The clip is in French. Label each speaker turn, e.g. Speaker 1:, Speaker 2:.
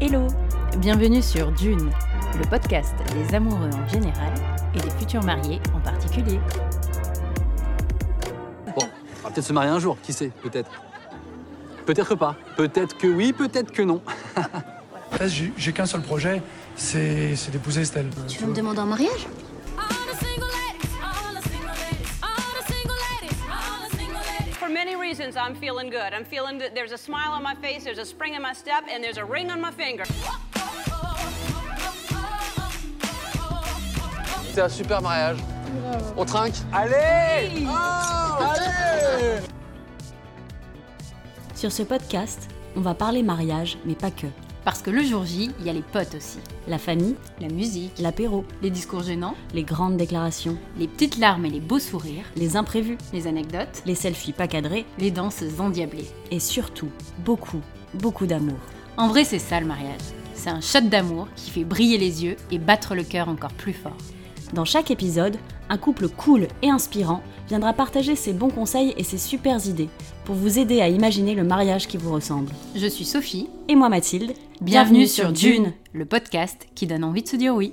Speaker 1: Hello Bienvenue sur Dune, le podcast des amoureux en général et des futurs mariés en particulier.
Speaker 2: Bon, on va peut-être se marier un jour, qui sait, peut-être. Peut-être pas. Peut-être que oui, peut-être que non.
Speaker 3: Là, j'ai j'ai qu'un seul projet, c'est c'est d'épouser Estelle.
Speaker 4: Tu veux me demander en mariage
Speaker 5: For many reasons, I'm feeling good. I'm feeling that there's a smile on my face, there's a spring in my step, and there's a ring on my finger.
Speaker 2: C'est un super mariage. On trinque Allez
Speaker 6: Sur ce podcast, on va parler mariage, mais pas que.
Speaker 1: Parce que le jour J, il y a les potes aussi.
Speaker 6: La famille,
Speaker 1: La musique,
Speaker 6: l'apéro,
Speaker 1: les discours gênants,
Speaker 6: les grandes déclarations,
Speaker 1: les petites larmes et les beaux sourires,
Speaker 6: les imprévus,
Speaker 1: les anecdotes,
Speaker 6: les selfies pas cadrés
Speaker 1: les danses endiablées.
Speaker 6: et surtout beaucoup, beaucoup d'amour.
Speaker 1: En vrai, c'est ça le mariage. C'est un shot d'amour qui fait briller les yeux et battre le cœur encore plus fort.
Speaker 6: Dans chaque épisode, un couple cool et inspirant viendra partager ses bons conseils et ses supers idées pour vous aider à imaginer le mariage qui vous ressemble.
Speaker 1: Je suis Sophie.
Speaker 6: Et moi Mathilde,
Speaker 1: Bienvenue sur Dune, le podcast qui donne envie de se dire oui.